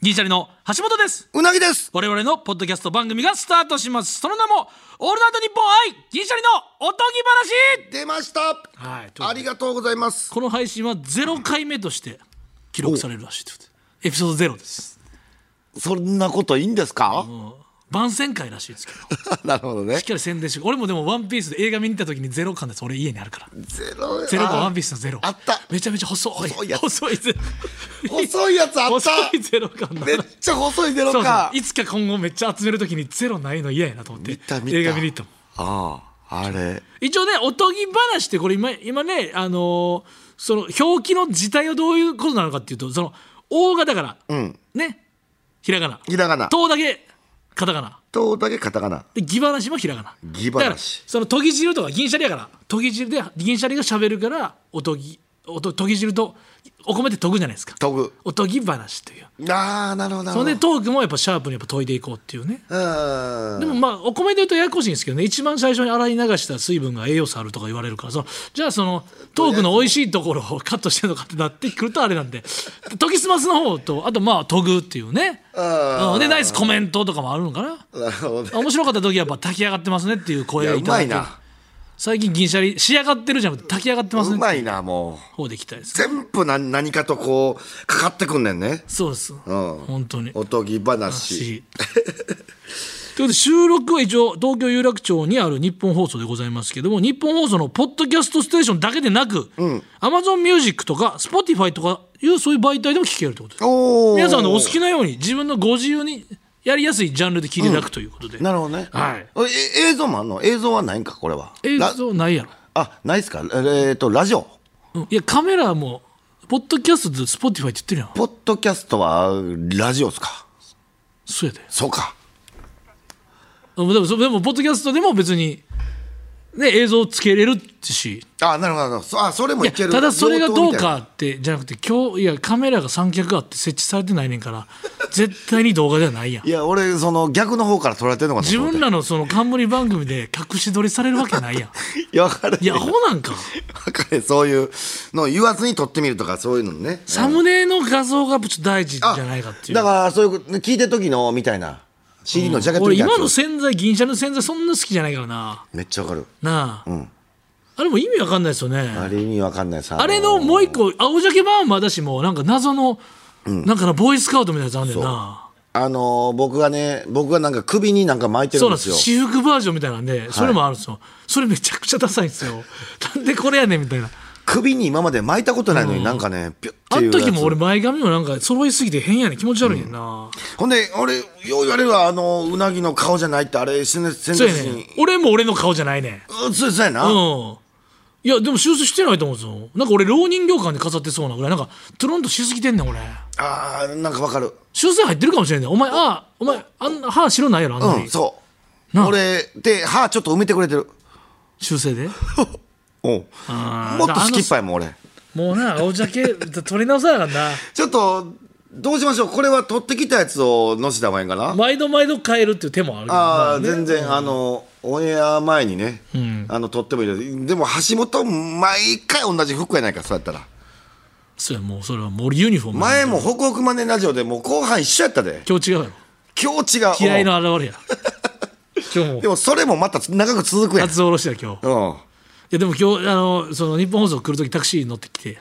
銀シャリの橋本ですうなぎです我々のポッドキャスト番組がスタートしますその名も「オールナイトニッポン愛銀シャリのおとぎ出ました話」はいということでありがとうございますこの配信は0回目として記録されるらしいということでエピソードゼロですそんなこといいんですか、番宣会らしいですけどし なるほどねっかり宣伝して俺もでも「ワンピースで映画見に行った時にゼロ感です俺家にあるからゼロゼロがあワンピースのゼロあっためちゃめちゃ細い細いやつ細いゼロ細いやつあった細いゼロ感だめっちゃ細いゼロそうそうかいつか今後めっちゃ集めるときにゼロないの嫌やなと思って見た見た映画見に行ったもんあああれ一応ねおとぎ話ってこれ今今ねあのーその表記の字体はどういうことなのかっていうとその「大」がだから、んねひらがなひらが「なと」だけカタカナとだけカタカナで「ぎ話」もひらがなぎだから話その「とぎ汁」とか銀シャリやから「とぎ汁」で銀シャリが喋るからおとぎおととぎ汁とお米ってとぐじゃないですかとぐおとぎ話というああなるほどなるそほどれでトークもやっぱシャープにやっぱ研いでいこうっていうねうんでもまあお米で言うとややこしいんですけどね一番最初に洗い流した水分が栄養素あるとか言われるからそのじゃあそのトークの美味しいところをカットしてるのかってなってくるとあれなんで研ぎ澄ますの方とあとまあ研ぐっていうねあーうんでナイスコメントとかもあるのかななるほどね面白かった時はやっぱ炊き上がってますねっていうい声やをういただまいいてな最近銀シャリ仕上がってるじゃなくて炊き上がってますねうってまいういなもう方でいきたいです全部何何かとこうかかってくんねんねそうですうん本当におとぎ話し ということで収録は一応東京有楽町にある日本放送でございますけども日本放送のポッドキャストステーションだけでなく、Amazon ミュージックとか Spotify とかいうそういう媒体でも聴けるということですおお皆さんあのお好きなように自分のご自由にやりやすいジャンルで聴いていただくということで、なるほどねはいえ映像もあんの映像はないんかこれは映ラ像ないやろ、あないっすかえー、っとラジオうんいやカメラもポッドキャストと Spotify って言ってるやんポッドキャストはラジオっすかそうやでそうかうんでもそでもポッドキャストでも別に、ね、映像つけれるしあなるほどなるほどそあそれもいけるただそれがどう上等みたいかってじゃなくて今日いやカメラが三脚あって設置されてないねん から絶対に動画ではないやんないや俺その逆の方から撮られてるのかな自分らのその冠番組で隠し撮りされるわけないやんいや分かるいやアホなんか分かるそういうのを言わずに撮ってみるとかそういうのねサムネの画像がちょっと大事じゃないかっていうだからそういうこと聞いてる時のみたいな CD のジャケット俺みたいな今やのつ、洗剤銀シャリの洗剤そんな好きじゃないからなめっちゃわかるなあ、あれも意味わかんないですよねあれ意味わかんないさあれのもう一個青ジャケバーンまだしもなんか謎の、なんかなボーイスカウトみたいなやつあんねんなあのー僕がね僕がなんか首になんか巻いてそうるんなでんですすよ私服バージョンみたいなんでそれもあるんですよ、それめちゃくちゃダサいんです よなんでこれやねんみたいな首に今まで巻いたことないのになんかねピュッてあいのうやつ時も俺前髪もなんか揃いすぎて変やねん気持ち悪いねんな、ほんで俺よう言われるわあのうなぎの顔じゃないってあれ先日先そうや日ねんに俺も俺の顔じゃないねんうんそうそうやな、うんいやでも手術してないと思うんですよなんか俺浪人旅館で飾ってそうなぐらいなんかトゥルンとしすぎてんねん俺あーなんかわかる手術入ってるかもしれんねんお前ああお前あんな歯白ないやろあんなうに、んそうなあ俺で歯ちょっと埋めてくれてる修正でおうあーもっと好きっぱいもん俺もうな青ジャケ取り直さなあかんなちょっとどうしましょうこれは取ってきたやつを載せた方がいいんかな、毎度毎度変えるっていう手もあるけどああ、全然、あの、オンエア前にね、あの、撮ってもいいですでも、橋本、毎回同じ服やないか、そうやったら。そうやもうそれはもう俺ユニフォームなんで前も、ホクホクマネラジオでもう後半一緒やったで。今日違うやろ今日違う。気合いの表れや今日でもも、それもまた長く続くやん。うん。初おろしだ今日いやでも今日あのその日本放送来る時タクシーに乗ってきて、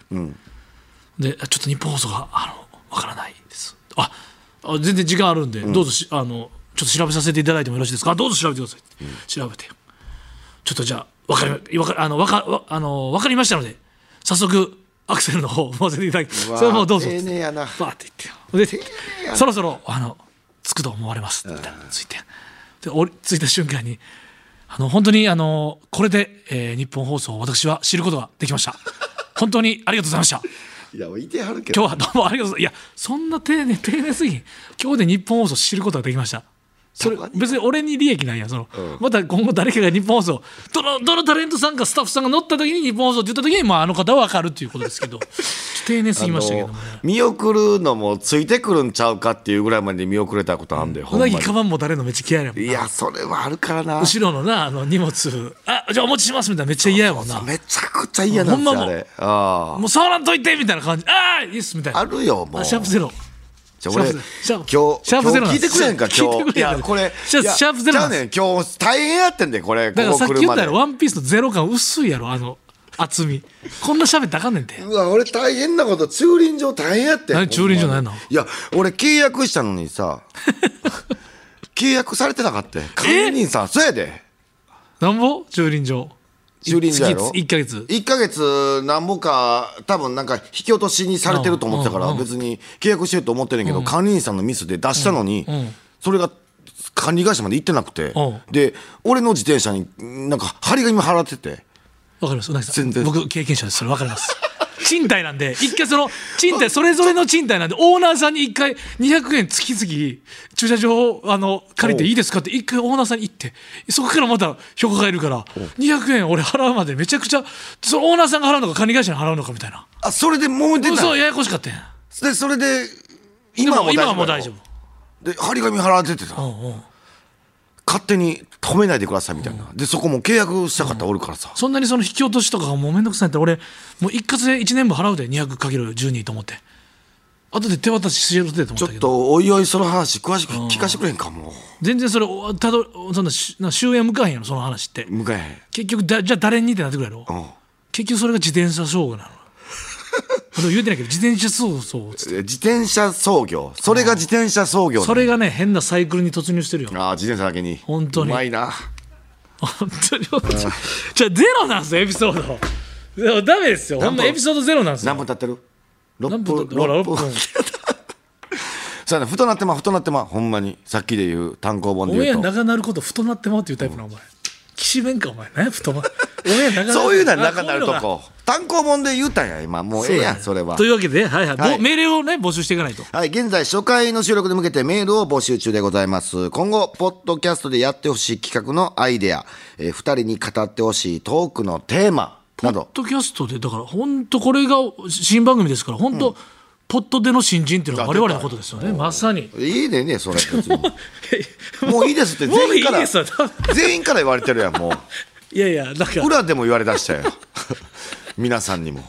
であちょっと日本放送があのわからないですああ全然時間あるんで、どうぞしあのちょっと調べさせていただいてもよろしいですかあどうぞ調べてください、調べてちょっとじゃあわかりわかあのわかわあのわかりましたので早速アクセルの方を回せていただきわそれはもうどうぞっつって丁寧やなバーって言ってでそろそろあの着くと思われますみたいなのついてで降り着いた瞬間にあの本当にあのこれで、えー日本放送を私は知ることができました本当にありがとうございましたいや、いてはるけど。今日はどうもありがとうございますいやそんな丁寧丁寧すぎん今日で日本放送知ることができましたそれたまに別に俺に利益ないやんその、また今後誰かが日本放送どのどのタレントさんかスタッフさんが乗った時に日本放送って言った時に、まあ、あの方は分かるっていうことですけどちょっと丁寧すぎましたけどもねあの見送るのもついてくるんちゃうかっていうぐらいまで見送れたことあんで、うほんまなにぎカバンも誰のめっちゃ嫌いやもんいやそれはあるからな後ろのなあの荷物あじゃあお持ちしますみたいなめっちゃ嫌やもんなめちゃくちゃ嫌なんですほんまよあもうれあもう触らんといてみたいな感じああいいっすみたいあなあるよもうあシャープゼロじゃあ俺シャー今プ日シャー今プシャープゼロなん日聞いでてすくれんかシャープ今聞いてく日いれんかやこれシャープいやシャープゼじロゃなあんですね今日大変やってんでこれだからさっきここ来る言っまでたやろ「ワンピースのゼロ感薄いやろあの厚みこんな喋ったらあかんねんてうわ俺大変なこと駐輪場大変やってん何駐輪場なんやのほんまにいや俺契約したのにさ 契約されてなかったよ管理人さんそうやでなんぼ駐輪場駐輪場やろ1ヶ月1ヶ月なんぼか多分なんか引き落としにされてると思ってたから別に契約してると思ってるんやけど管理人さんのミスで出したのにんそれが管理会社まで行ってなくてうんで俺の自転車になんか針が今払っててわかりますうなぎさん全然僕経験者ですそれわかります 賃貸なんで一回その賃貸それぞれの賃貸なんでオーナーさんに一回200円月々駐車場をあの借りていいですかって一回オーナーさんに行ってそこからまた評価がいるから200円俺払うまでめちゃくちゃそのオーナーさんが払うのか管理会社に払うのかみたいなあそれで揉めてたそのうややこしかったやんでそれでで今はももう今はもう大や丈ろ夫で張り紙払っててさ、勝手に止めないでくださいみたいな、でそこも契約したかったおるからさ、そんなにその引き落としとかがもうめんどくさいって俺もう一括で1年分払うで 200×12 と思って後で手渡ししろってと思っちたょっけどとおいおいその話詳しく聞かせてくれへんか、も全然それおたどそんなしな終焉向かへんやろその話ってう迎えへん結局だじゃあ誰にってなってくるやろ、うん結局それが自転車勝負なのでも言うてないけど自転車そうそうえ自転車操業それが自転車操業それがね変なサイクルに突入してるよああ自転車だけに本当にうまいな本当に本当にじゃあゼロなんですよエピソードでもダメですよほんまエピソードゼロなんですよ何分経ってる6何分分 ほら6分そうやね太なってま太なってまほんまにさっきで言う単行本オでンエ言アうと長なること太なってまうっていうタイプなお前岸弁かお前ね太 まオンエア長なるそういうのはなくなるとあういうのがこ単行本で言うたんや今もうええやんそれはというわけで、はいはいはいぼ命令をね募集していかないとはい、現在初回の収録に向けてメールを募集中でございます。今後、ポッドキャストでやってほしい企画のアイデア、えー二人に語ってほしいトークのテーマなどポッ、ドキャストでだから本当これが新番組ですから本当、ポッドでの新人っていうのは我々のことですよねまさ にいいねね、それ別に。 もういいですって、もう全員かもういいでらすよ多、全員から言われてるやん、もいやいやなん かう。裏でも言われだしたよ。皆さん にも。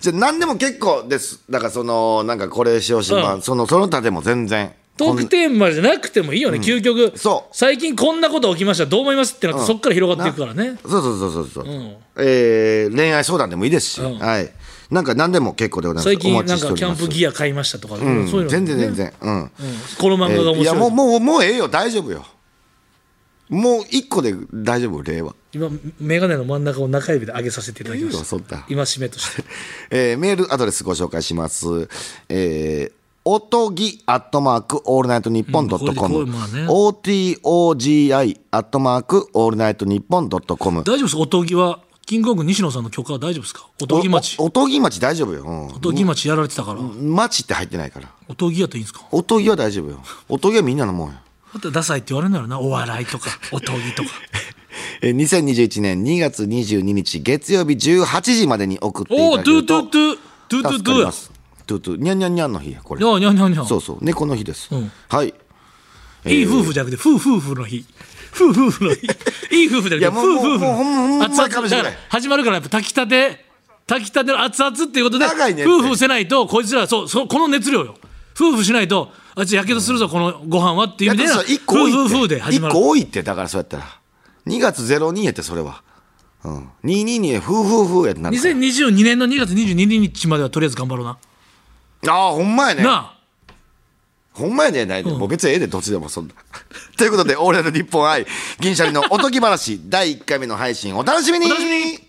じゃあ何でも結構です。だからその、なんかこれしようし、まあ、その、その他でも全然。トークテーマじゃなくてもいいよね、究極そう最近こんなこと起きましたどう思いますってなって、そっから広がっていくからねそうそうそうそうそう、えー恋愛相談でもいいですし、んはいなんか何でも結構でございます最近おな待んちしてかおキりャまンすプギア買いましたとか、うんそういうの全然全然うん、この漫画が面白い,、いやもうもうもうええよ大丈夫よもう一個で大丈夫例は、今眼鏡の真ん中を中指で上げさせていただきまいいよしそたんな今締めとしてえーメールアドレスご紹介しますえーおとぎアットマークオールナイトニッポンドットコうムんこれこれまあね OTOGI アットマークオールナイトニッポンドットコム大丈夫ですおとぎはキングコング西野さんの許可は大丈夫ですかおとぎ町おとぎ町大丈夫よ、うんおとぎ町やられてたから、町って入ってないからおとぎやっていいんですかおとぎは大丈夫よおとぎはみんなのもんよまたダサいって言われるんだろうなお笑いと かおとぎとか えー2021年2月22日月曜日18時までに送っていおおたトだゥけートるとゥートゥートゥートゥー助トかゥりーますトゥートゥーにゃんにゃんにゃんの日やこれやにゃにゃにゃそうそう猫の日です、んはいいい夫婦じゃなくて夫婦夫婦の日夫婦夫婦の 日いい夫婦じゃなくていやもう夫婦夫婦もうもうほのんま日熱々ほんまだやから始まるからやっぱ炊きたて炊きたての熱々っていうことで長いねって夫婦せないとこいつらそうそうこの熱量よ夫婦しないとあいつやけどするぞこのご飯はっていう意い味やでだ夫から一個多い婦夫婦ってで始ま1る個多いってだからそうやったら2月02やってそれは、うん、222夫婦夫婦やってなるから2022年の2月22日まではとりあえず頑張ろうなああほんまやねなあほんまやねないで、もう別にええで、どっちでもそんな。ということで、オールナイト日本愛、銀シャリのおとぎ話、第1回目の配信、お楽しみにお楽しみに